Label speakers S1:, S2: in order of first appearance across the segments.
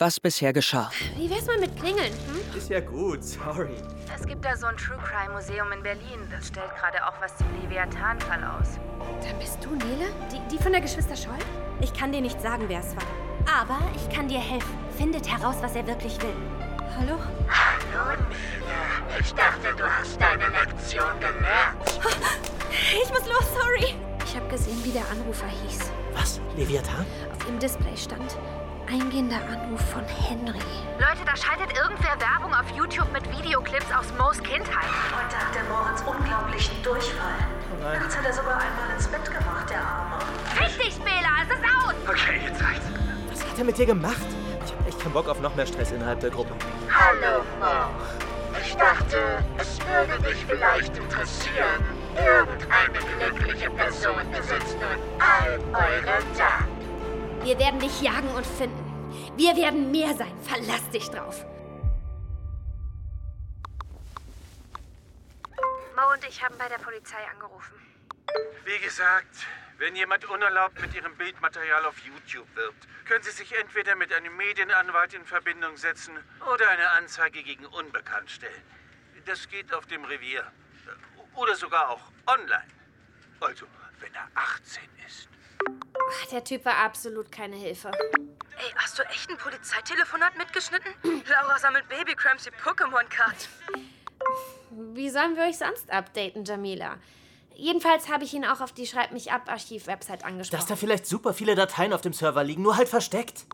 S1: was bisher geschah.
S2: Wie wär's mal mit Klingeln, hm?
S3: Ist ja gut, sorry.
S4: Es gibt da so ein True Crime Museum in Berlin. Das stellt gerade auch was zum Leviathan-Fall aus.
S2: Dann bist du Nele? Die, die von der Geschwister Scholl?
S5: Ich kann dir nicht sagen, wer es war. Aber ich kann dir helfen. Findet heraus, was er wirklich will. Hallo?
S6: Hallo, Nele. Ich dachte, du hast deine Lektion gelernt.
S5: Ich muss los, sorry.
S2: Ich habe gesehen, wie der Anrufer hieß.
S7: Was? Leviathan?
S2: Auf dem Display stand eingehender Anruf von Henry.
S4: Leute, da schaltet irgendwer Werbung auf YouTube mit Videoclips aus Moes Kindheit.
S8: Heute hat der Moritz unglaublichen Durchfall.
S3: nein.
S8: Nachts hat er sogar einmal ins Bett gemacht, der Arme.
S4: Richtig, Bela, es ist aus!
S6: Okay, jetzt reicht's.
S7: Was hat er mit dir gemacht? Ich hab echt keinen Bock auf noch mehr Stress innerhalb der Gruppe.
S6: Hallo, Mauch. Ich dachte, es würde dich vielleicht interessieren. Irgendeine glückliche Person besitzt nun all eure Daten.
S2: Wir werden dich jagen und finden. Wir werden mehr sein. Verlass dich drauf.
S4: Mo und ich haben bei der Polizei angerufen.
S9: Wie gesagt, wenn jemand unerlaubt mit ihrem Bildmaterial auf YouTube wirbt, können Sie sich entweder mit einem Medienanwalt in Verbindung setzen oder eine Anzeige gegen Unbekannt stellen. Das geht auf dem Revier. Oder sogar auch online. Also, wenn er 18 ist.
S2: Ach, der Typ war absolut keine Hilfe.
S4: Ey, hast du echt ein Polizeitelefonat mitgeschnitten? Laura sammelt Babycramps die Pokémon-Karten.
S2: Wie sollen wir euch sonst updaten, Jamila? Jedenfalls habe ich ihn auch auf die Schreib mich ab Archiv-Website
S7: Dass
S2: angesprochen.
S7: da vielleicht super viele Dateien auf dem Server liegen, nur halt versteckt.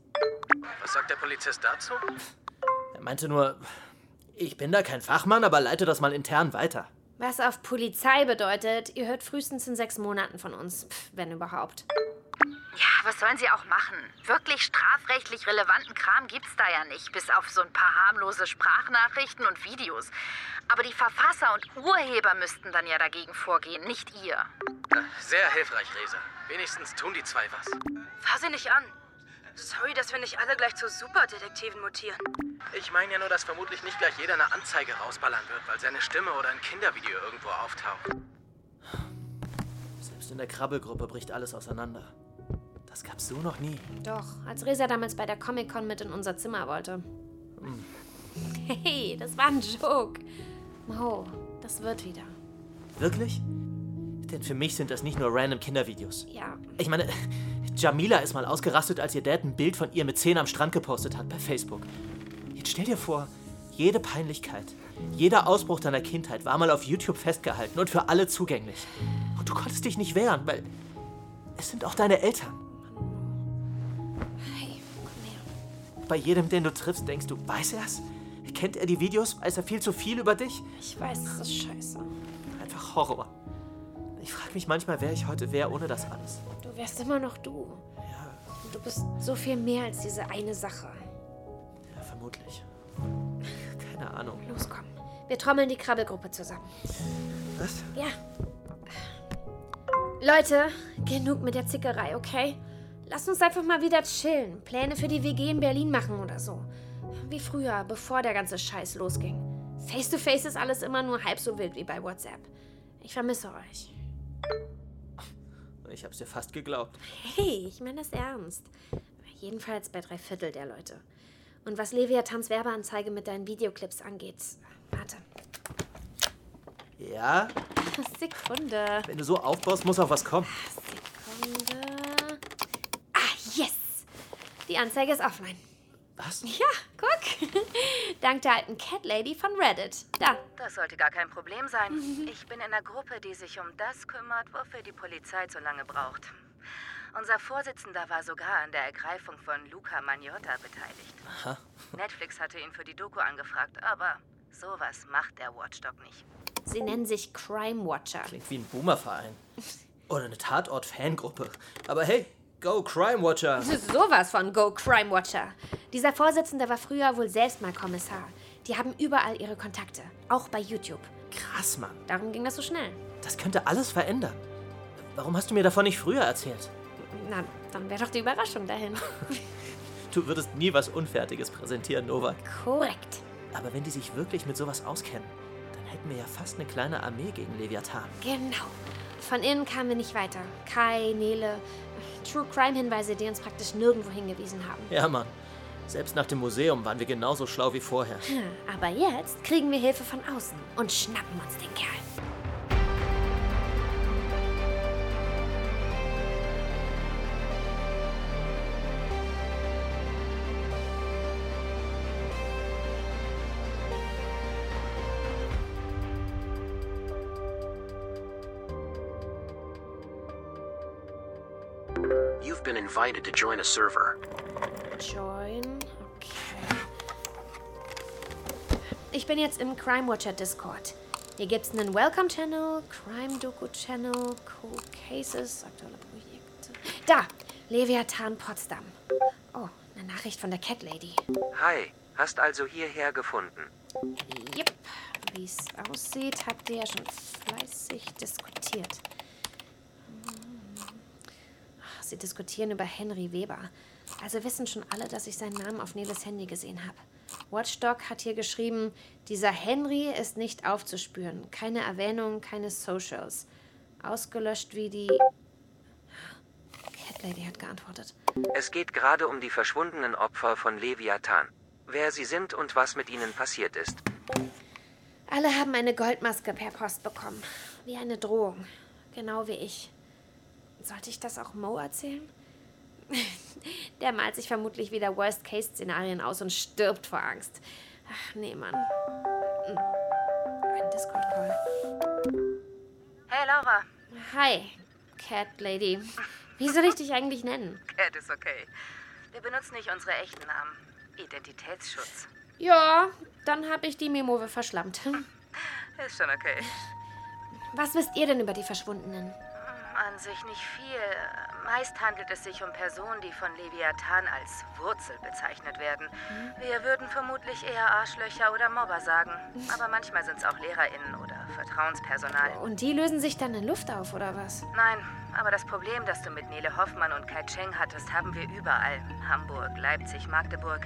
S9: Was sagt der Polizist dazu?
S7: Er meinte nur, ich bin da kein Fachmann, aber leite das mal intern weiter.
S2: Was auf Polizei bedeutet, ihr hört frühestens in sechs Monaten von uns, Pff, wenn überhaupt.
S4: Ja, was sollen sie auch machen? Wirklich strafrechtlich relevanten Kram gibt's da ja nicht, bis auf so ein paar harmlose Sprachnachrichten und Videos. Aber die Verfasser und Urheber müssten dann ja dagegen vorgehen, nicht ihr.
S10: Sehr hilfreich, Resa. Wenigstens tun die zwei was.
S8: Fahr sie nicht an. Sorry, dass wir nicht alle gleich zu Superdetektiven mutieren.
S10: Ich meine ja nur, dass vermutlich nicht gleich jeder eine Anzeige rausballern wird, weil seine Stimme oder ein Kindervideo irgendwo auftaucht.
S7: Selbst in der Krabbelgruppe bricht alles auseinander. Das gab's so noch nie.
S2: Doch, als Resa damals bei der Comic-Con mit in unser Zimmer wollte. Hey, das war ein Joke. Mo, das wird wieder.
S7: Wirklich? Denn für mich sind das nicht nur random Kindervideos.
S2: Ja,
S7: Ich meine, Jamila ist mal ausgerastet, als ihr Dad ein Bild von ihr mit Zehen am Strand gepostet hat bei Facebook. Jetzt stell dir vor, jede Peinlichkeit, jeder Ausbruch deiner Kindheit war mal auf YouTube festgehalten und für alle zugänglich. Und du konntest dich nicht wehren, weil es sind auch deine Eltern.
S2: hey, komm her.
S7: Bei jedem, den du triffst, denkst du, weiß er's? Kennt er die Videos? Weiß er viel zu viel über dich?
S2: Ich weiß, das ist scheiße.
S7: Einfach Horror. Ich frage mich manchmal, wer ich heute wäre ohne das alles.
S2: Du wärst immer noch du. Ja. Du bist so viel mehr als diese eine Sache.
S7: Ja, vermutlich. Keine Ahnung.
S2: Los, komm. Wir trommeln die Krabbelgruppe zusammen.
S7: Was?
S2: Ja. Leute, genug mit der Zickerei, okay? Lasst uns einfach mal wieder chillen. Pläne für die WG in Berlin machen oder so. Wie früher, bevor der ganze Scheiß losging. Face to face ist alles immer nur halb so wild wie bei WhatsApp. Ich vermisse euch.
S7: Ich hab's dir fast geglaubt.
S2: Hey, ich meine das ernst. Jedenfalls bei drei Viertel der Leute. Und was Leviathans Werbeanzeige mit deinen Videoclips angeht. Warte.
S7: Ja,
S2: Sekunde.
S7: Wenn du so aufbaust, muss auch was kommen.
S2: Sekunde. Ah, yes! Die Anzeige ist offline.
S7: Was?
S2: Ja, guck. Dank der alten Cat Lady von Reddit. Da.
S4: Das sollte gar kein Problem sein. Ich bin in einer Gruppe, die sich um das kümmert, wofür die Polizei so lange braucht. Unser Vorsitzender war sogar an der Ergreifung von Luca Magnotta beteiligt. Netflix hatte ihn für die Doku angefragt, aber sowas macht der Watchdog nicht.
S2: Sie nennen sich Crime Watcher.
S7: Klingt wie ein Boomerverein. Oder eine Tatort-Fangruppe. Aber hey, go Crime Watcher.
S2: Sowas von Go Crime Watcher. Dieser Vorsitzende war früher wohl selbst mal Kommissar. Die haben überall ihre Kontakte. Auch bei YouTube.
S7: Krass, Mann.
S2: Darum ging das so schnell.
S7: Das könnte alles verändern. Warum hast du mir davon nicht früher erzählt?
S2: Na, dann wäre doch die Überraschung dahin.
S7: Du würdest nie was Unfertiges präsentieren, Novak.
S2: Korrekt.
S7: Aber wenn die sich wirklich mit sowas auskennen, dann hätten wir ja fast eine kleine Armee gegen Leviathan.
S2: Genau. Von innen kamen wir nicht weiter. Kai, Nele, True Crime Hinweise, die uns praktisch nirgendwo hingewiesen haben.
S7: Ja, Mann. Selbst nach dem Museum waren wir genauso schlau wie vorher.
S2: Aber jetzt kriegen wir Hilfe von außen und schnappen uns den Kerl.
S1: You've been invited to join a server.
S2: Join. Okay. Ich bin jetzt im Crime Watcher Discord. Hier gibt's einen Welcome Channel, Crime Doku Channel, Cool Cases, aktuelle Projekte. Da! Leviathan Potsdam. Oh, eine Nachricht von der Cat Lady.
S3: Hi, hast also hierher gefunden.
S2: Yep. Wie es aussieht, habt ihr ja schon fleißig diskutiert. Hm. Ach, Sie diskutieren über Henry Weber. Also wissen schon alle, dass ich seinen Namen auf Neves Handy gesehen habe. Watchdog hat hier geschrieben, dieser Henry ist nicht aufzuspüren. Keine Erwähnung, keine Socials. Ausgelöscht wie die... Cat Lady hat geantwortet.
S3: Es geht gerade um die verschwundenen Opfer von Leviathan. Wer sie sind und was mit ihnen passiert ist.
S2: Alle haben eine Goldmaske per Post bekommen. Wie eine Drohung. Genau wie ich. Sollte ich das auch Mo erzählen? Der malt sich vermutlich wieder Worst-Case-Szenarien aus und stirbt vor Angst. Ach, nee, Mann. Hm. Ein Discord-Call.
S4: Hey Laura,
S2: Hi, Cat Lady. Wie soll ich dich eigentlich nennen?
S4: Cat ist okay. Wir benutzen nicht unsere echten Namen. Identitätsschutz.
S2: Ja, dann habe ich die Memove verschlammt.
S4: Ist schon okay.
S2: Was wisst ihr denn über die Verschwundenen?
S4: An sich nicht viel. Meist handelt es sich um Personen, die von Leviathan als Wurzel bezeichnet werden. Wir würden vermutlich eher Arschlöcher oder Mobber sagen. Aber manchmal sind es auch LehrerInnen oder Vertrauenspersonal.
S2: Und die lösen sich dann in Luft auf, oder was?
S4: Nein, aber das Problem, das du mit Nele Hoffmann und Kai Cheng hattest, haben wir überall. Hamburg, Leipzig, Magdeburg.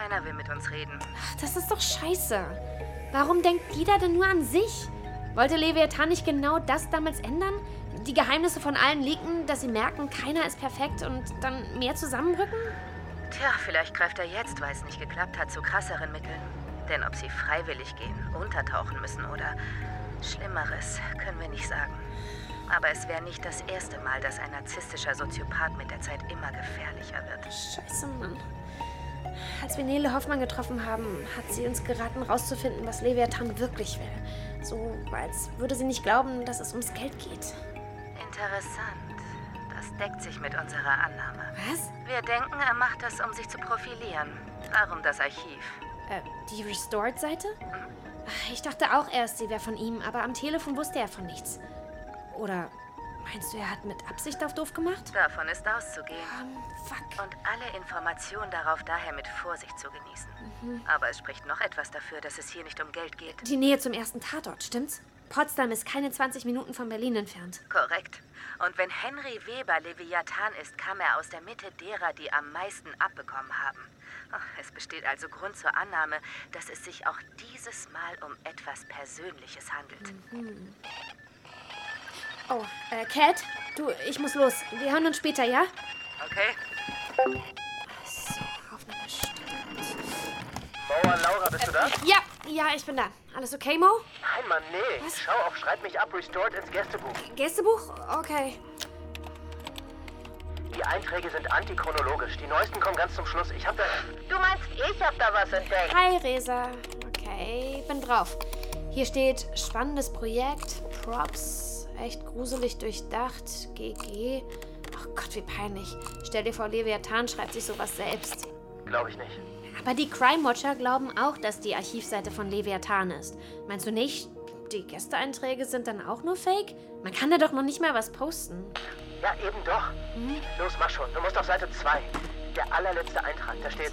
S4: Keiner will mit uns reden.
S2: Ach, das ist doch scheiße. Warum denkt jeder denn nur an sich? Wollte Leviathan nicht genau das damals ändern? Die Geheimnisse von allen leaken, dass sie merken, keiner ist perfekt und dann mehr zusammenrücken?
S4: Tja, vielleicht greift er jetzt, weil es nicht geklappt hat, zu krasseren Mitteln. Denn ob sie freiwillig gehen, untertauchen müssen oder Schlimmeres, können wir nicht sagen. Aber es wäre nicht das erste Mal, dass ein narzisstischer Soziopath mit der Zeit immer gefährlicher wird.
S2: Scheiße, Mann. Als wir Nele Hoffmann getroffen haben, hat sie uns geraten, rauszufinden, was Leviathan wirklich will. So, als würde sie nicht glauben, dass es ums Geld geht.
S4: Interessant. Das deckt sich mit unserer Annahme.
S2: Was?
S4: Wir denken, er macht das, um sich zu profilieren. Darum das Archiv.
S2: Äh, die Restored-Seite? Ich dachte auch erst, sie wäre von ihm, aber am Telefon wusste er von nichts. Oder meinst du, er hat mit Absicht auf doof gemacht?
S4: Davon ist auszugehen.
S2: Ähm, fuck.
S4: Und alle Informationen darauf daher mit Vorsicht zu genießen. Aber es spricht noch etwas dafür, dass es hier nicht um Geld geht.
S2: Die Nähe zum ersten Tatort, stimmt's? Potsdam ist keine 20 Minuten von Berlin entfernt.
S4: Korrekt. Und wenn Henry Weber Leviathan ist, kam er aus der Mitte derer, die am meisten abbekommen haben. Es besteht also Grund zur Annahme, dass es sich auch dieses Mal um etwas Persönliches handelt.
S2: Oh, äh, Cat, du, ich muss los. Wir hören uns später, ja?
S4: Okay?
S2: So, auf meiner Stirn.
S10: Mauer, Laura, bist du da?
S2: Ja, ja, ich bin da. Alles okay, Mo?
S10: Nein, Mann, nee.
S2: Was?
S10: Schau auf, schreib mich ab, restored ins Gästebuch.
S2: Gästebuch? Okay.
S10: Die Einträge sind antichronologisch. Die neuesten kommen ganz zum Schluss. Ich hab da...
S8: Du meinst, ich hab da was entdeckt?
S2: Hi, Resa. Okay, bin drauf. Hier steht spannendes Projekt, Props, echt gruselig durchdacht, GG. Oh Gott, wie peinlich. Stell dir vor, Leviathan schreibt sich sowas selbst.
S10: Glaube ich nicht.
S2: Aber die Crime Watcher glauben auch, dass die Archivseite von Leviathan ist. Meinst du nicht, die Gästeeinträge sind dann auch nur fake? Man kann da doch noch nicht mal was posten.
S10: Ja, eben doch. Los, mach schon. Du musst auf Seite 2. Der allerletzte Eintrag. Da steht...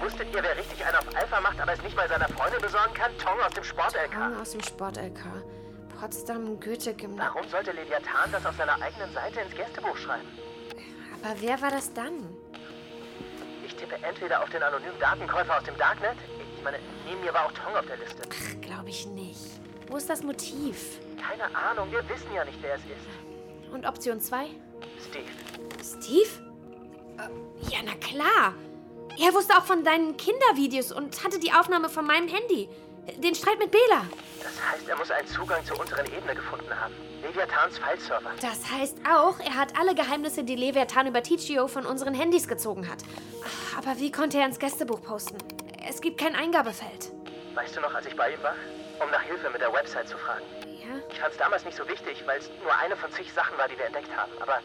S10: Wusstet ihr, wer richtig einen auf Alpha macht, aber es nicht mal seiner Freundin besorgen kann? Tong aus dem äh, Sport-LK.
S2: Frauen aus dem Sport-LK. Potsdam Goethe-Gymnasium.
S10: Warum sollte Leviathan das auf seiner eigenen Seite ins Gästebuch schreiben?
S2: Aber wer war das dann?
S10: Ich tippe entweder auf den anonymen Datenkäufer aus dem Darknet. Ich meine, neben mir war auch Tong auf der Liste.
S2: Ach, glaube ich nicht. Wo ist das Motiv?
S10: Keine Ahnung, wir wissen ja nicht, wer es ist.
S2: Und Option 2?
S10: Steve.
S2: Steve? Äh, ja, na klar. Er wusste auch von deinen Kindervideos und hatte die Aufnahme von meinem Handy. Den Streit mit Bela.
S10: Das heißt, er muss einen Zugang zur unteren Ebene gefunden haben. Leviathans File-Server.
S2: Das heißt auch, er hat alle Geheimnisse, die Leviathan über Tichio von unseren Handys gezogen hat. Ach, Aber wie konnte er ins Gästebuch posten? Es gibt kein Eingabefeld.
S10: Weißt du noch, als ich bei ihm war? Um nach Hilfe mit der Website zu fragen.
S2: Ja?
S10: Ich fand es damals nicht so wichtig, weil es nur eine von zig Sachen war, die wir entdeckt haben. Aber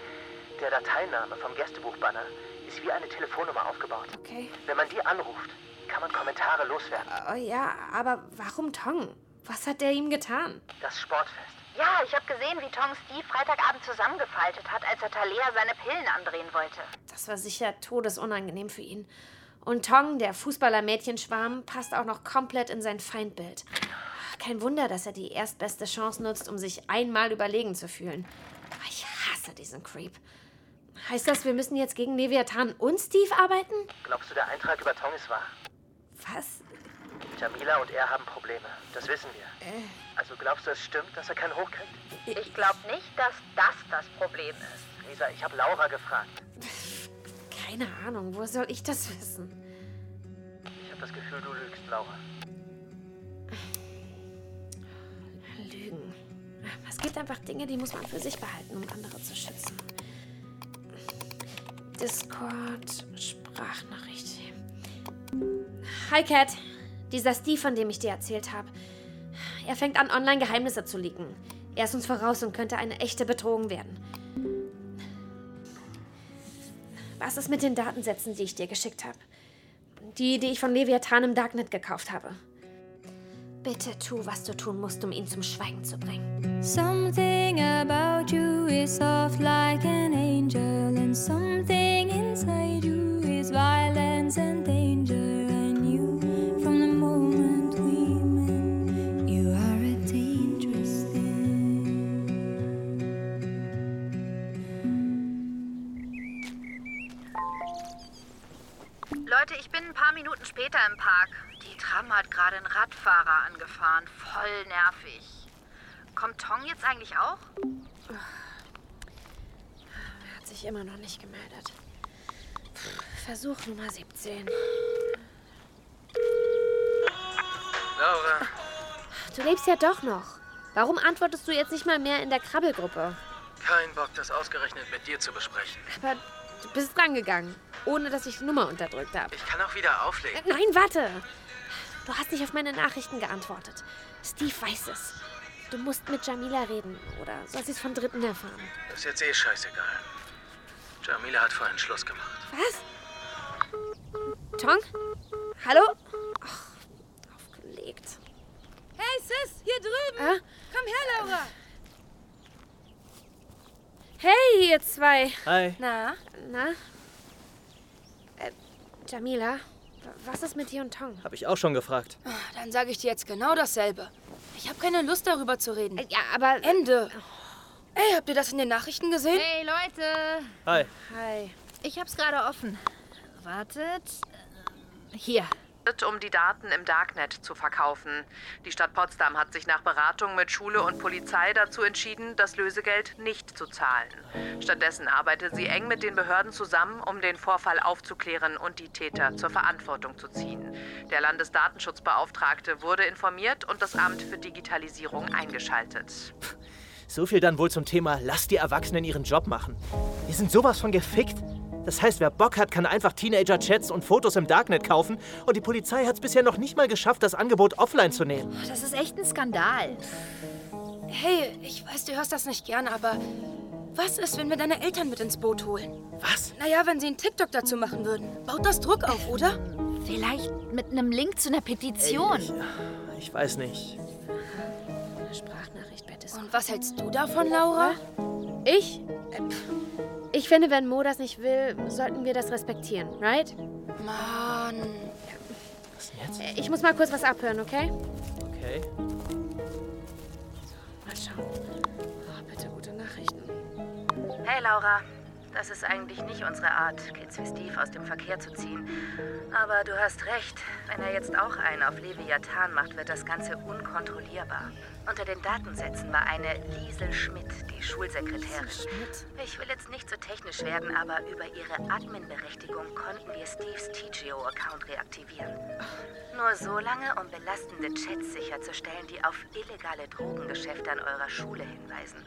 S10: der Dateiname vom Gästebuchbanner ist wie eine Telefonnummer aufgebaut.
S2: Okay.
S10: Wenn man die anruft, kann man Kommentare loswerden.
S2: Oh ja, aber warum Tong? Was hat der ihm getan?
S10: Das Sportfest.
S11: Ja, ich habe gesehen, wie Tom Steve Freitagabend zusammengefaltet hat, als er Talea seine Pillen andrehen wollte.
S2: Das war sicher todesunangenehm für ihn. Und Tong, der Fußballer-Mädchenschwarm, passt auch noch komplett in sein Feindbild. Kein Wunder, dass er die erstbeste Chance nutzt, um sich einmal überlegen zu fühlen. Aber Ich hasse diesen Creep. Heißt das, wir müssen jetzt gegen Leviathan und Steve arbeiten?
S10: Glaubst du, der Eintrag über Tong ist wahr?
S2: Was?
S10: Jamila und er haben Probleme. Das wissen wir. Also glaubst du, es stimmt, dass er keinen hochkriegt?
S11: Ich glaube nicht, dass das das Problem ist.
S10: Lisa, ich habe Laura gefragt.
S2: Keine Ahnung, wo soll ich das wissen?
S10: Ich habe das Gefühl, du lügst, Laura.
S2: Lügen. Es gibt einfach Dinge, die muss man für sich behalten, um andere zu schützen. Discord, Sprachnachricht. Hi Cat, dieser Steve, von dem ich dir erzählt habe. Er fängt an, Online-Geheimnisse zu leaken. Er ist uns voraus und könnte eine echte Bedrohung werden. Was ist mit den Datensätzen, die ich dir geschickt habe? Die, die ich von Leviathan im Darknet gekauft habe. Bitte tu, was du tun musst, um ihn zum Schweigen zu bringen.
S12: Something about you is soft like an angel, and something inside you is violence and danger. And you, from the moment we met, you are a dangerous thing.
S8: Leute, ich bin ein paar Minuten später im Park. Die Tram hat gerade einen Radfahrer angefahren. Voll nervig. Kommt Tong jetzt eigentlich auch?
S2: Er hat sich immer noch nicht gemeldet. Versuch Nummer 17.
S9: Laura,
S2: Du lebst ja doch noch. Warum antwortest du jetzt nicht mal mehr in der Krabbelgruppe?
S3: Kein Bock, das ausgerechnet mit dir zu besprechen.
S2: Aber du bist drangegangen, ohne dass ich die Nummer unterdrückt habe.
S3: Ich kann auch wieder auflegen.
S2: Äh, Nein, warte! Du hast nicht auf meine Nachrichten geantwortet. Steve weiß es. Du musst mit Jamila reden oder soll sie es von Dritten erfahren?
S3: Ist jetzt eh scheißegal. Jamila hat vorhin Schluss gemacht.
S2: Was? Tong? Hallo? Ach, aufgelegt.
S13: Hey Sis, hier drüben!
S2: Äh?
S13: Komm her, Laura!
S2: Hey, ihr zwei!
S7: Hi.
S2: Na? Na? Äh, Jamila, w- was ist mit dir und Tong?
S7: Hab ich auch schon gefragt.
S13: Ah, Dann sage ich dir jetzt genau dasselbe. Ich habe keine Lust, darüber zu reden.
S2: Äh, Ja, aber... äh,
S13: Ende! Ey, habt ihr das in den Nachrichten gesehen?
S14: Hey Leute,
S7: Hi.
S14: Hi. Ich hab's gerade offen. Wartet.
S2: Ähm,
S14: Hier.
S15: Um die Daten im Darknet zu verkaufen. Die Stadt Potsdam hat sich nach Beratung mit Schule und Polizei dazu entschieden, das Lösegeld nicht zu zahlen. Stattdessen arbeitet sie eng mit den Behörden zusammen, um den Vorfall aufzuklären und die Täter zur Verantwortung zu ziehen. Der Landesdatenschutzbeauftragte wurde informiert und das Amt für Digitalisierung eingeschaltet.
S7: So viel dann wohl zum Thema, lass die Erwachsenen ihren Job machen. Wir sind sowas von gefickt. Das heißt, wer Bock hat, kann einfach Teenager-Chats und Fotos im Darknet kaufen und die Polizei hat es bisher noch nicht mal geschafft, das Angebot offline zu nehmen.
S13: Oh,
S14: Das ist echt ein Skandal.
S13: Hey, ich weiß, du hörst das nicht gern, aber was ist, wenn wir deine Eltern mit ins Boot holen?
S7: Was?
S13: Naja, wenn sie einen TikTok dazu machen würden. Baut das Druck auf, oder?
S14: Vielleicht mit einem Link zu einer Petition.
S7: Ich weiß nicht.
S2: Sprachnachricht bei Discord.
S13: Und was hältst du davon, Laura?
S2: Ich? Äh, pff. Ich finde, wenn Mo das nicht will, sollten wir das respektieren, right? Äh,
S13: Mann.
S7: Was denn jetzt?
S2: Ich muss mal kurz was abhören, okay?
S7: Okay.
S2: Mal schauen. Oh, bitte gute Nachrichten.
S8: Hey Laura,
S4: Das ist eigentlich nicht unsere Art, Kids wie Steve aus dem Verkehr zu ziehen. Aber du hast recht, wenn er jetzt auch einen auf Leviathan macht, wird das Ganze unkontrollierbar. Unter den Datensätzen war eine Liesel Schmidt, die Schulsekretärin. Ich will jetzt nicht so technisch werden, aber über ihre Admin-Berechtigung konnten wir Steves TGO-Account reaktivieren. Nur so lange, um belastende Chats sicherzustellen, die auf illegale Drogengeschäfte an eurer Schule hinweisen.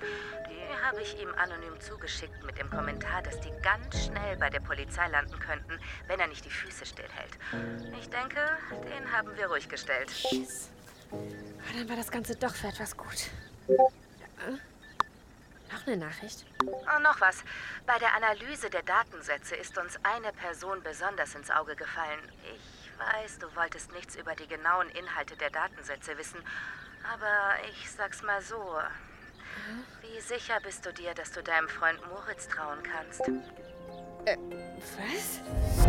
S4: Die habe ich ihm anonym zugeschickt mit dem Kommentar, dass die ganz schnell bei der Polizei landen könnten, wenn er nicht die Füße stillhält. Ich denke, den haben wir ruhig gestellt.
S2: Ah, dann war das Ganze doch für etwas gut. Äh? Noch eine Nachricht?
S4: Und Oh, noch was. Bei der Analyse der Datensätze ist uns eine Person besonders ins Auge gefallen. Ich weiß, du wolltest nichts über die genauen Inhalte der Datensätze wissen, aber ich sag's mal so. Wie sicher bist du dir, dass du deinem Freund Moritz trauen kannst?
S2: Äh, was?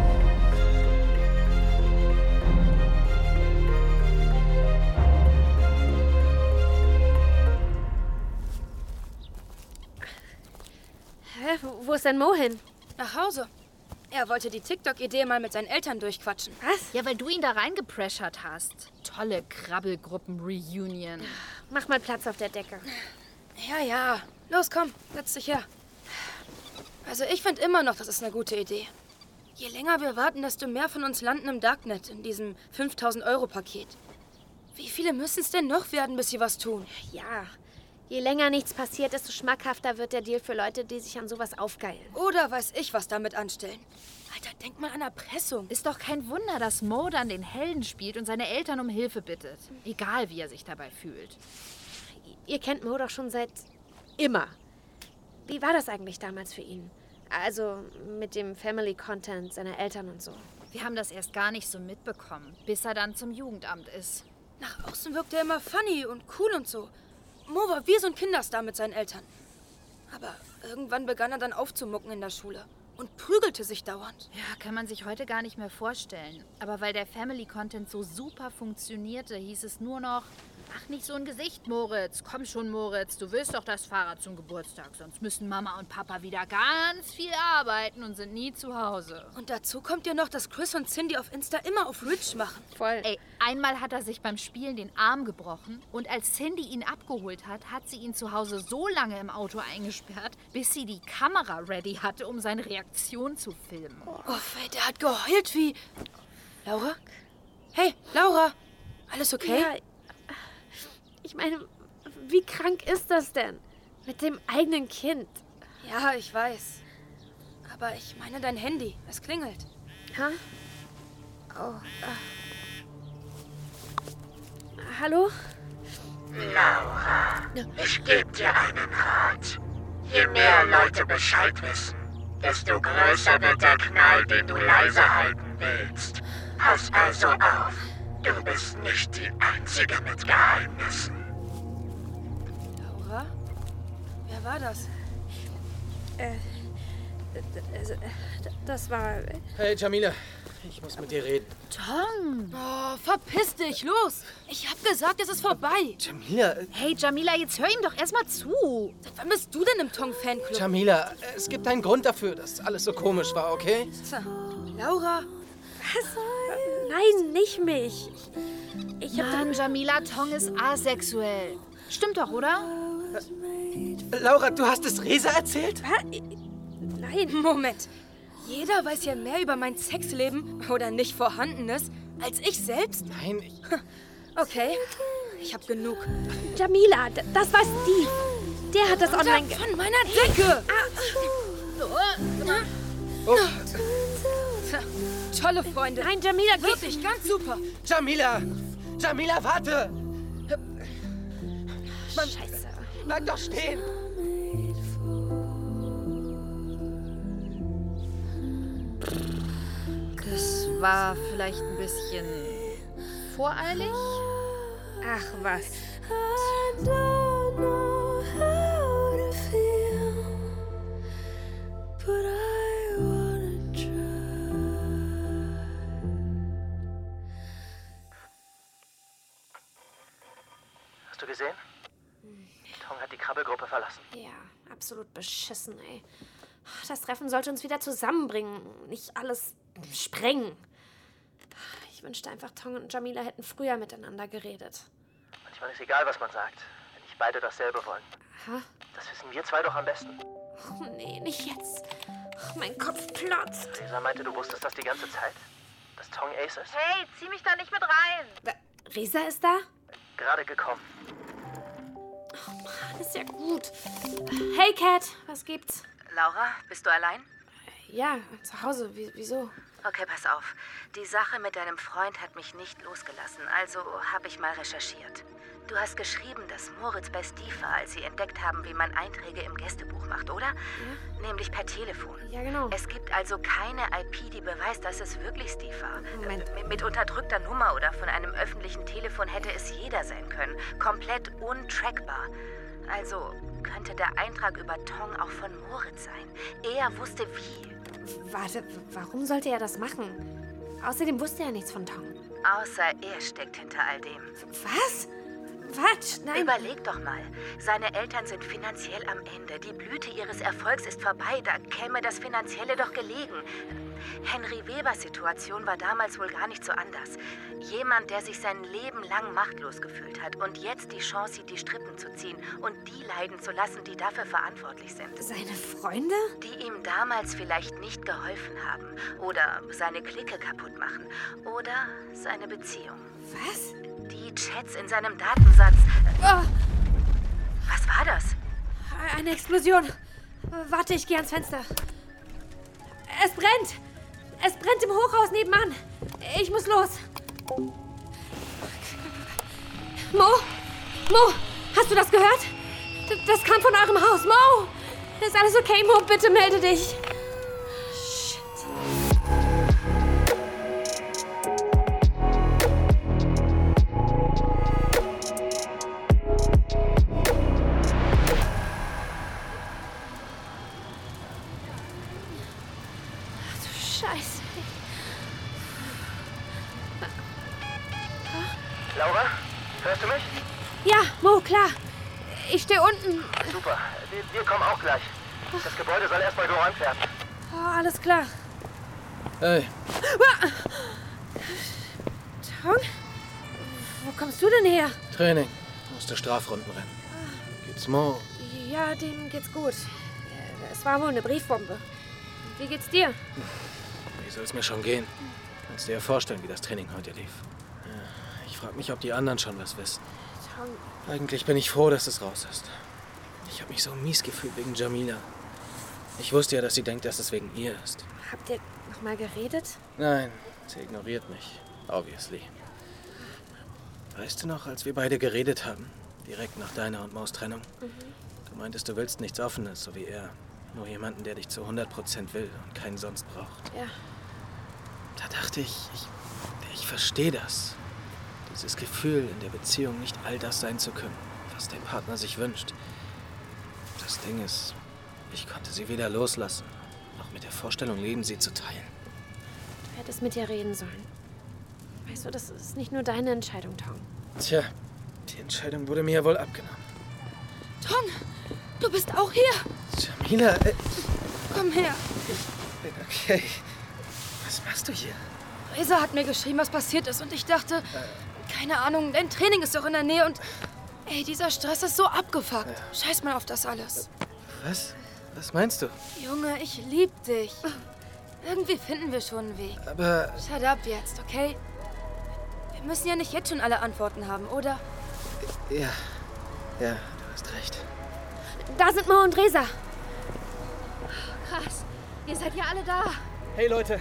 S13: Hä? Wo ist denn Mo hin? Nach Hause. Er wollte die TikTok-Idee mal mit seinen Eltern durchquatschen. Was?
S14: Ja, weil du ihn da reingepressert hast. Tolle Krabbelgruppen-Reunion.
S2: Mach mal Platz auf der Decke.
S13: Ja, ja. Los, komm, setz dich her. Also ich finde immer noch, das ist eine gute Idee. Je länger wir warten, desto mehr von uns landen im Darknet, in diesem 5000-Euro-Paket. Wie viele müssen es denn noch werden, bis sie was tun?
S2: Ja. Je länger nichts passiert, desto schmackhafter wird der Deal für Leute, die sich an sowas aufgeilen.
S4: Oh.
S13: Oder weiß ich, was damit anstellen. Alter, denk mal an Erpressung.
S14: Ist doch kein Wunder, dass Mo dann den Helden spielt und seine Eltern um Hilfe bittet. Egal, wie er sich dabei fühlt.
S2: Ihr kennt Mo doch schon seit immer. Wie war das eigentlich damals für ihn? Also mit dem Family Content seiner Eltern und so.
S14: Wir haben das erst gar nicht so mitbekommen, bis er dann zum Jugendamt ist.
S13: Nach außen wirkt er immer funny und cool und so. Mo war wie so ein Kinderstar mit seinen Eltern. Aber irgendwann begann er dann aufzumucken in der Schule und prügelte sich dauernd.
S14: Ja, kann man sich heute gar nicht mehr vorstellen. Aber weil der Family Content so super funktionierte, hieß es nur noch: Ach, nicht so ein Gesicht, Moritz. Komm schon, Moritz, du willst doch das Fahrrad zum Geburtstag. Sonst müssen Mama und Papa wieder ganz viel arbeiten und sind nie zu Hause.
S13: Und dazu kommt ja noch, dass Chris und Cindy auf Insta immer auf Rich machen.
S14: Voll. Ey, einmal hat er sich beim Spielen den Arm gebrochen und als Cindy ihn abgeholt hat, hat sie ihn zu Hause so lange im Auto eingesperrt, bis sie die Kamera ready hatte, um seine Reaktion Aktion zu filmen.
S13: Oh, der hat geheult wie. Laura? Hey, Laura! Alles okay?
S2: Ja, ich meine, wie krank ist das denn? Mit dem eigenen Kind.
S13: Ja, ich weiß. Aber ich meine dein Handy. Es klingelt.
S2: Ha? Oh. Äh. Hallo?
S6: Laura, ich gebe dir einen Rat. Je mehr Leute Bescheid wissen, desto größer wird der Knall, den du leise halten willst. Pass also auf, du bist nicht die Einzige mit Geheimnissen.
S13: Laura? Wer war das?
S2: Äh, das war...
S7: Hey, Jamila, ich muss mit dir reden.
S14: Tom!
S13: Oh, verpiss dich, los! Ich hab gesagt, es ist vorbei.
S7: Jamila...
S14: Hey, Jamila, jetzt hör ihm doch erstmal zu.
S13: Seit wann bist du denn im Tong-Fanclub?
S7: Jamila, es gibt einen Grund dafür, dass alles so komisch war, okay?
S13: Laura...
S2: Was? Nein, nicht mich.
S14: Ich hab Mann, Jamila, Tong ist asexuell. Stimmt doch, oder?
S7: Äh, Laura, du hast es Resa erzählt?
S2: Was? Nein.
S13: Moment. Jeder weiß ja mehr über mein Sexleben oder nicht vorhandenes als ich selbst.
S7: Nein, ich.
S13: Okay, ich hab genug.
S2: Jamila, das war Steve. Der hat das online.
S13: Ge von meiner Decke!
S7: Oh.
S13: Tolle Freunde.
S2: Nein, Jamila, geht
S13: Wirklich, ganz super.
S7: Jamila! Jamila, warte!
S2: Mann, Scheiße.
S7: Bleib doch stehen!
S14: Das war vielleicht ein bisschen voreilig.
S2: Ach was.
S10: Hast du gesehen? Tong hat die Krabbelgruppe verlassen.
S2: Ja, absolut beschissen, ey. Das Treffen sollte uns wieder zusammenbringen, nicht alles sprengen. Ich wünschte einfach, Tong und Jamila hätten früher miteinander geredet.
S10: Manchmal ist egal, was man sagt, wenn nicht beide dasselbe wollen.
S2: Hä?
S10: Das wissen wir zwei doch am besten.
S2: Oh nee, nicht jetzt. Oh, mein Kopf platzt.
S10: Theresa meinte, du wusstest das die ganze Zeit. Dass Tong Ace ist.
S8: Hey, zieh mich da nicht mit rein.
S2: Äh, Risa ist da?
S10: Gerade gekommen.
S2: Oh, Ist ja gut. Hey, Cat, was gibt's?
S4: Laura, bist du allein?
S2: Ja, zu Hause. Wie- Wieso?
S4: Okay, pass auf. Die Sache mit deinem Freund hat mich nicht losgelassen, also habe ich mal recherchiert. Du hast geschrieben, dass Moritz bei Steve war, als sie entdeckt haben, wie man Einträge im Gästebuch macht, oder? Nämlich per Telefon.
S2: Ja, genau.
S4: Es gibt also keine IP, die beweist, dass es wirklich Steve war.
S2: Moment.
S4: Äh, Mit, mit unterdrückter Nummer oder von einem öffentlichen Telefon hätte es jeder sein können. Komplett untrackbar. Also könnte der Eintrag über Tong auch von Moritz sein. Er wusste wie.
S2: Warte, w- warum sollte er das machen? Außerdem wusste er nichts von Tong.
S4: Außer er steckt hinter all dem.
S2: Was? Quatsch, nein.
S4: Überleg doch mal. Seine Eltern sind finanziell am Ende. Die Blüte ihres Erfolgs ist vorbei. Da käme das Finanzielle doch gelegen. Henry Webers Situation war damals wohl gar nicht so anders. Jemand, der sich sein Leben lang machtlos gefühlt hat und jetzt die Chance sieht, die Strippen zu ziehen und die leiden zu lassen, die dafür verantwortlich sind.
S2: Seine Freunde?
S4: Die ihm damals vielleicht nicht geholfen haben oder seine Clique kaputt machen oder seine Beziehung.
S2: Was? Ah,
S4: Die Chats in seinem Datensatz. Was war das?
S2: Eine Explosion. Warte, ich gehe ans Fenster. Es brennt. Es brennt im Hochhaus nebenan. Ich muss los. Mo? Mo, hast du das gehört? D- Das kam von eurem Haus. Mo! Ist alles okay, Mo? Bitte melde dich. Scheiße.
S10: Laura, hörst du mich?
S2: Ja, Mo, klar. Ich stehe unten.
S10: Super. Wir, wir kommen auch gleich. Das Gebäude soll erstmal geräumt werden.
S2: Oh, alles klar.
S16: Hey,
S2: Ah! Tong? Wo kommst du denn her?
S16: Training. Musste Strafrunden rennen. Geht's Mo?
S2: Ja, dem geht's gut. Äh, Es war wohl eine Briefbombe. Wie geht's dir?
S16: Wie soll's mir schon gehen? Kannst dir ja vorstellen, wie das Training heute lief. Ja, Ich frag mich, ob die anderen schon was wissen.
S2: Tong,
S16: Eigentlich bin ich froh, dass es raus ist. Ich habe mich so mies gefühlt wegen Jamila. Ich wusste ja, dass sie denkt, dass es wegen ihr ist.
S2: habt ihr nochmal geredet?
S16: Nein, sie ignoriert mich. Obviously. Weißt du noch, als wir beide geredet haben? Ähm, Direkt nach deiner und Maus Trennung? Du meintest, du willst nichts Offenes, so wie er. Nur jemanden, der dich zu 100% will und keinen sonst braucht.
S2: Ja.
S16: Da dachte ich, ich, ich verstehe das. Dieses Gefühl, in der Beziehung nicht all das sein zu können, was der Partner sich wünscht. Das Ding ist, ich konnte sie weder loslassen, noch mit der Vorstellung leben, sie zu teilen.
S2: Du hättest mit ihr reden sollen. Weißt du, das ist nicht nur deine Entscheidung, Tong.
S16: Tja, die Entscheidung wurde mir ja wohl abgenommen.
S13: Tong, du bist auch hier.
S16: Jamila, äh,
S13: Komm her.
S16: okay. Was machst du hier?
S13: Reza hat mir geschrieben, was passiert ist. Und ich dachte, keine Ahnung, dein Training ist doch in der Nähe. Und ey, dieser Stress ist so abgefuckt. Scheiß mal auf das alles.
S16: Was? Was meinst du?
S13: Junge, ich lieb dich. Irgendwie finden wir schon einen Weg.
S16: Aber
S13: Shut up jetzt, okay? Wir müssen ja nicht jetzt schon alle Antworten haben, oder?
S16: ja, ja, du hast recht.
S2: Da sind Mo und Resa.
S14: Krass, ihr seid ja alle da.
S16: Hey Leute.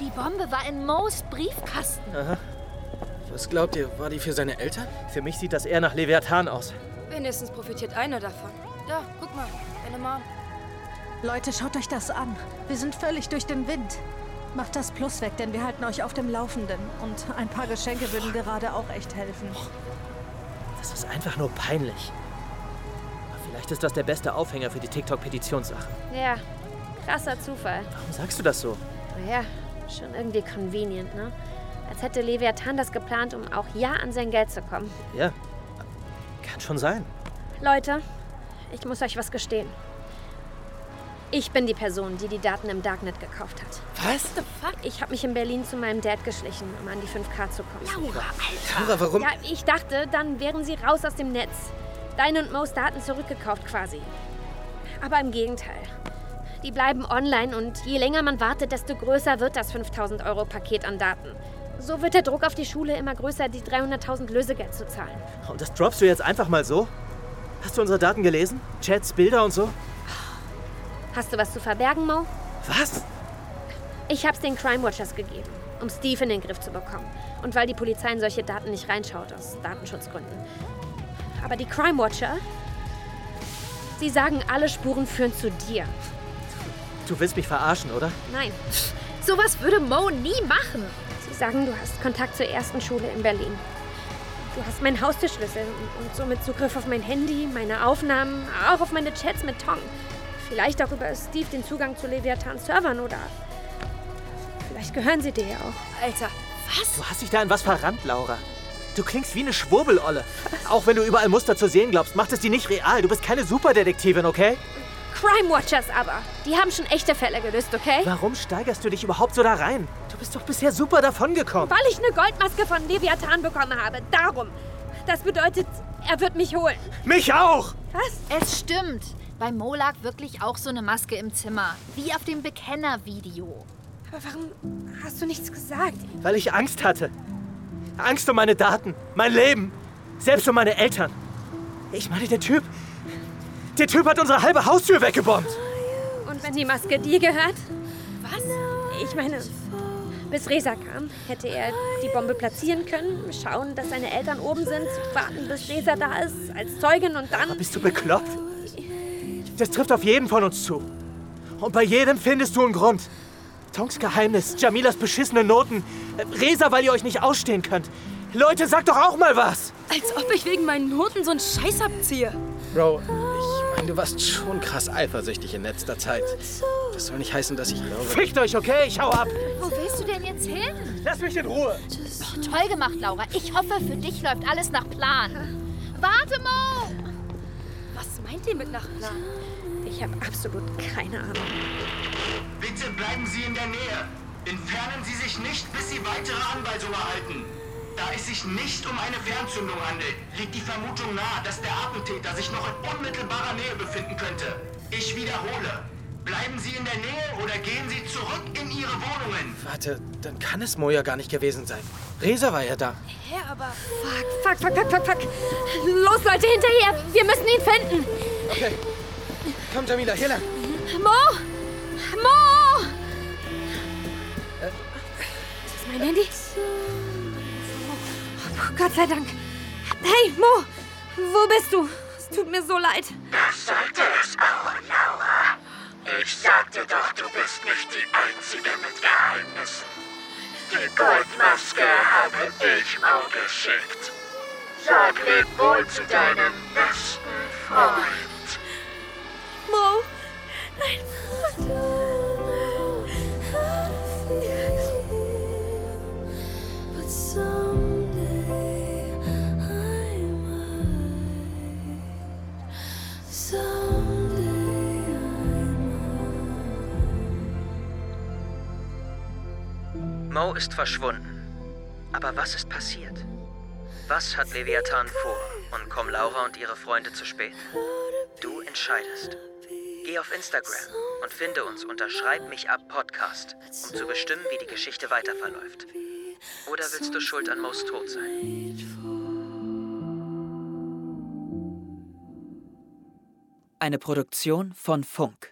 S14: Die Bombe war in Moes Briefkasten.
S7: Aha.
S16: Was glaubt ihr, war die für seine Eltern?
S7: Für mich sieht das eher nach Leviathan aus.
S13: Wenigstens profitiert einer davon. Da, guck mal, deine Mom.
S17: Leute, schaut euch das an. Wir sind völlig durch den Wind. Macht das Plus weg, denn wir halten euch auf dem Laufenden. Und ein paar Geschenke würden gerade auch echt helfen.
S7: Das ist einfach nur peinlich. Aber vielleicht ist das der beste Aufhänger für die TikTok-Petitionssache.
S2: Ja, krasser Zufall.
S7: Warum sagst du das so?
S2: Naja, schon irgendwie convenient, ne? Als hätte Leviathan das geplant, um auch ja an sein Geld zu kommen.
S7: Ja, kann schon sein.
S2: Leute, ich muss euch was gestehen. Ich bin die Person, die die Daten im Darknet gekauft hat.
S16: Was?
S2: the fuck? Ich habe mich in Berlin zu meinem Dad geschlichen, um an die 5K zu kommen. Laura,
S16: Laura, warum?
S2: Ja, ich dachte, dann wären sie raus aus dem Netz. Deine und Mo's Daten zurückgekauft quasi. Aber im Gegenteil. Die bleiben online und je länger man wartet, desto größer wird das 5000-Euro-Paket an Daten. So wird der Druck auf die Schule immer größer, die 300.000 Lösegeld zu zahlen.
S7: Und das droppst du jetzt einfach mal so? Hast du unsere Daten gelesen? Chats, Bilder und so?
S2: Hast du was zu verbergen, Mo?
S7: Was?
S2: Ich hab's den Crime Watchers gegeben, um Steve in den Griff zu bekommen. Und weil die Polizei in solche Daten nicht reinschaut, aus Datenschutzgründen. Aber die Crime Watcher, sie sagen, alle Spuren führen zu dir.
S7: Du willst mich verarschen, oder?
S2: Nein. Sowas würde Mo nie machen. Sie sagen, du hast Kontakt zur ersten Schule in Berlin. Du hast meinen Haustürschlüssel und, und somit Zugriff auf mein Handy, meine Aufnahmen, auch auf meine Chats mit Tong. Vielleicht auch über Steve den Zugang zu Leviathans Servern oder. Vielleicht gehören sie dir ja auch. Alter, was?
S7: Du hast dich da in was verrannt, Laura. Du klingst wie eine Schwurbelolle. Auch wenn du überall Muster zu sehen glaubst, macht es die nicht real. Du bist keine Superdetektivin, okay?
S2: Crime Watchers aber. Die haben schon echte Fälle gelöst, okay?
S7: Warum steigerst du dich überhaupt so da rein? Du bist doch bisher super davongekommen.
S2: Weil ich eine Goldmaske von Leviathan bekommen habe. Darum. Das bedeutet, er wird mich holen.
S7: Mich auch!
S2: Was?
S14: Es stimmt. Bei Mo lag wirklich auch so eine Maske im Zimmer. Wie auf dem Bekenner-Video.
S2: Aber warum hast du nichts gesagt?
S7: Weil ich Angst hatte. Angst um meine Daten, mein Leben, selbst um meine Eltern. Ich meine, der Typ. Der Typ hat unsere halbe Haustür weggebombt.
S2: Und wenn die Maske dir gehört? Was? Ich meine, bis Resa kam, hätte er die Bombe platzieren können, schauen, dass seine Eltern oben sind, warten, bis Resa da ist, als Zeugin und dann.
S7: Bist du bekloppt? Das trifft auf jeden von uns zu. Und bei jedem findest du einen Grund. Tongs Geheimnis, Jamilas beschissene Noten, äh, Resa, weil ihr euch nicht ausstehen könnt. Leute, sagt doch auch mal was!
S13: Als ob ich wegen meinen Noten so einen Scheiß abziehe.
S16: Bro, ich meine, du warst schon krass eifersüchtig in letzter Zeit. Das soll nicht heißen, dass ich glaube.
S7: Fickt euch, okay? Ich hau ab!
S14: Wo willst du denn jetzt hin?
S7: Lass mich in Ruhe!
S14: Oh, toll gemacht, Laura. Ich hoffe, für dich läuft alles nach Plan. Warte, Mo!
S13: Was meint ihr mit nach Plan?
S2: Ich habe absolut keine Ahnung.
S18: Bitte bleiben Sie in der Nähe. Entfernen Sie sich nicht, bis Sie weitere Anweisungen erhalten. Da es sich nicht um eine Fernzündung handelt, liegt die Vermutung nahe, dass der Attentäter sich noch in unmittelbarer Nähe befinden könnte. Ich wiederhole. Bleiben Sie in der Nähe oder gehen Sie zurück in Ihre Wohnungen.
S16: Warte, dann kann es Moja gar nicht gewesen sein. Resa war ja da.
S13: Hä, aber.
S2: Fuck, fuck, fuck, fuck, fuck. Los, Leute, hinterher! Wir müssen ihn finden!
S16: Okay. Komm, Jamila, hier lang.
S2: Mo! Mo!
S16: Äh.
S2: Ist das mein Handy? Oh, Gott sei Dank. Hey, Mo! Wo bist du? Es tut mir so leid.
S6: Das sollte es auch, Laura. Ich sagte doch, du bist nicht die Einzige mit Geheimnissen. Die Goldmaske habe ich Mo geschickt. Sag leb wohl zu deinem besten Freund.
S2: Mo! Nein, Mo!
S3: Mo ist verschwunden. Aber was ist passiert? Was hat Leviathan vor? Und kommen Laura und ihre Freunde zu spät? Du entscheidest. Geh auf Instagram und finde uns unter Schreib mich ab Podcast, um zu bestimmen, wie die Geschichte weiterverläuft. Oder willst du schuld an Mo's Tod sein?
S19: Eine Produktion von Funk.